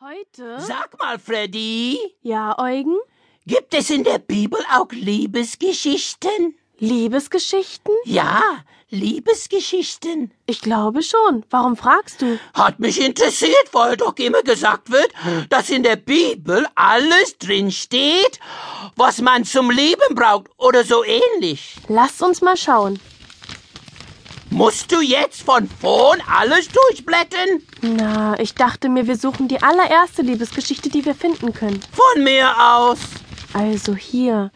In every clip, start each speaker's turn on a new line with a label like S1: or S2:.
S1: Heute?
S2: Sag mal, Freddy,
S1: Ja, Eugen?
S2: gibt es in der Bibel auch Liebesgeschichten?
S1: Liebesgeschichten?
S2: Ja, Liebesgeschichten.
S1: Ich glaube schon. Warum fragst du?
S2: Hat mich interessiert, weil doch immer gesagt wird, dass in der Bibel alles drin steht, was man zum Leben braucht oder so ähnlich.
S1: Lass uns mal schauen.
S2: Musst du jetzt von vorn alles durchblättern?
S1: Na, ich dachte mir, wir suchen die allererste Liebesgeschichte, die wir finden können.
S2: Von mir aus.
S1: Also hier.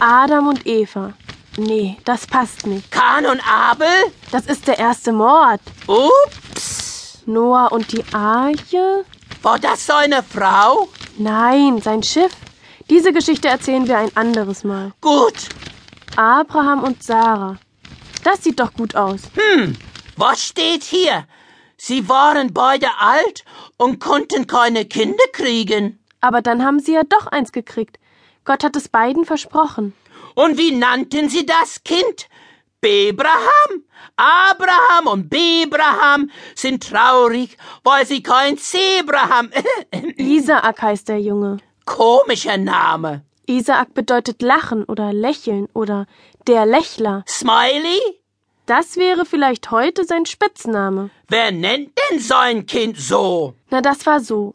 S1: Adam und Eva. Nee, das passt nicht.
S2: Kahn und Abel?
S1: Das ist der erste Mord.
S2: Ups.
S1: Noah und die Arche?
S2: War das seine Frau?
S1: Nein, sein Schiff. Diese Geschichte erzählen wir ein anderes Mal.
S2: Gut.
S1: Abraham und Sarah. Das sieht doch gut aus.
S2: Was steht hier? Sie waren beide alt und konnten keine Kinder kriegen.
S1: Aber dann haben sie ja doch eins gekriegt. Gott hat es beiden versprochen.
S2: Und wie nannten sie das Kind? Bebraham. Abraham und Bebraham sind traurig, weil sie kein Zebraham.
S1: Isaak heißt der Junge.
S2: Komischer Name.
S1: Isaak bedeutet lachen oder lächeln oder der Lächler.
S2: Smiley?
S1: Das wäre vielleicht heute sein Spitzname.
S2: Wer nennt denn sein Kind so?
S1: Na, das war so.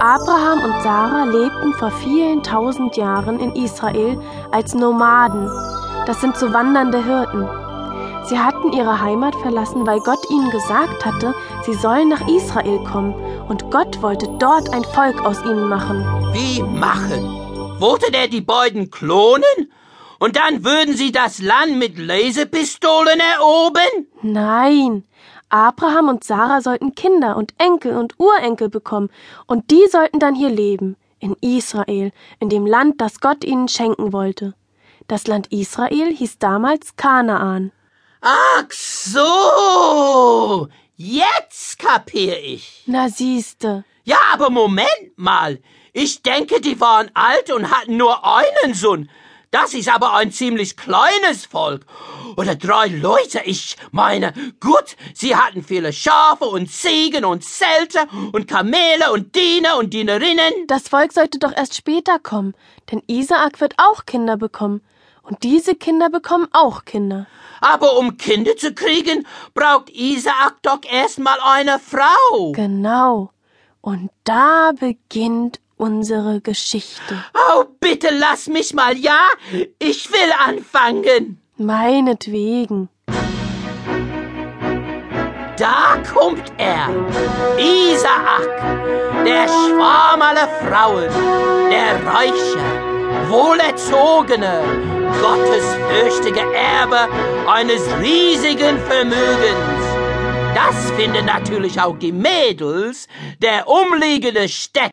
S1: Abraham und Sarah lebten vor vielen tausend Jahren in Israel als Nomaden. Das sind so wandernde Hirten. Sie hatten ihre Heimat verlassen, weil Gott ihnen gesagt hatte, sie sollen nach Israel kommen und Gott wollte dort ein Volk aus ihnen machen.
S2: Wie machen? Wollte der die beiden klonen? Und dann würden sie das Land mit Laserpistolen erobern?
S1: Nein. Abraham und Sarah sollten Kinder und Enkel und Urenkel bekommen, und die sollten dann hier leben, in Israel, in dem Land, das Gott ihnen schenken wollte. Das Land Israel hieß damals Kanaan.
S2: Ach so, jetzt kapier ich.
S1: Na siehste,
S2: Ja, aber Moment mal. Ich denke, die waren alt und hatten nur einen Sohn. Das ist aber ein ziemlich kleines Volk. Oder drei Leute, ich meine, gut, sie hatten viele Schafe und Ziegen und Zelte und Kamele und Diener und Dienerinnen.
S1: das Volk sollte doch erst später kommen, denn Isaak wird auch Kinder bekommen, und diese Kinder bekommen auch Kinder.
S2: Aber um Kinder zu kriegen, braucht Isaak doch erstmal eine Frau.
S1: Genau. Und da beginnt unsere Geschichte.
S2: Oh, bitte lass mich mal, ja? Ich will anfangen.
S1: Meinetwegen.
S2: Da kommt er, Isaak, der Schwarm aller Frauen, der reiche, wohlerzogene, gottesfürchtige Erbe eines riesigen Vermögens. Das finden natürlich auch die Mädels der umliegenden Städte.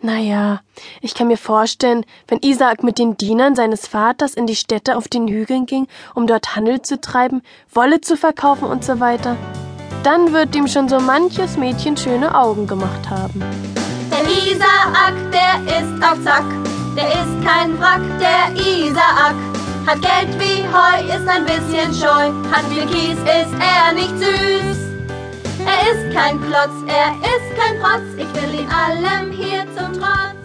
S1: Naja, ich kann mir vorstellen, wenn Isaak mit den Dienern seines Vaters in die Städte auf den Hügeln ging, um dort Handel zu treiben, Wolle zu verkaufen und so weiter, dann wird ihm schon so manches Mädchen schöne Augen gemacht haben.
S3: Der Isaak, der ist auf Zack. Der ist kein Wrack, der Isaak. Hat Geld wie Heu, ist ein bisschen scheu. Hat viel Kies, ist er nicht süß. Er ist kein Klotz, er ist kein Protz. Ich will ihn allem hier zum Trotz.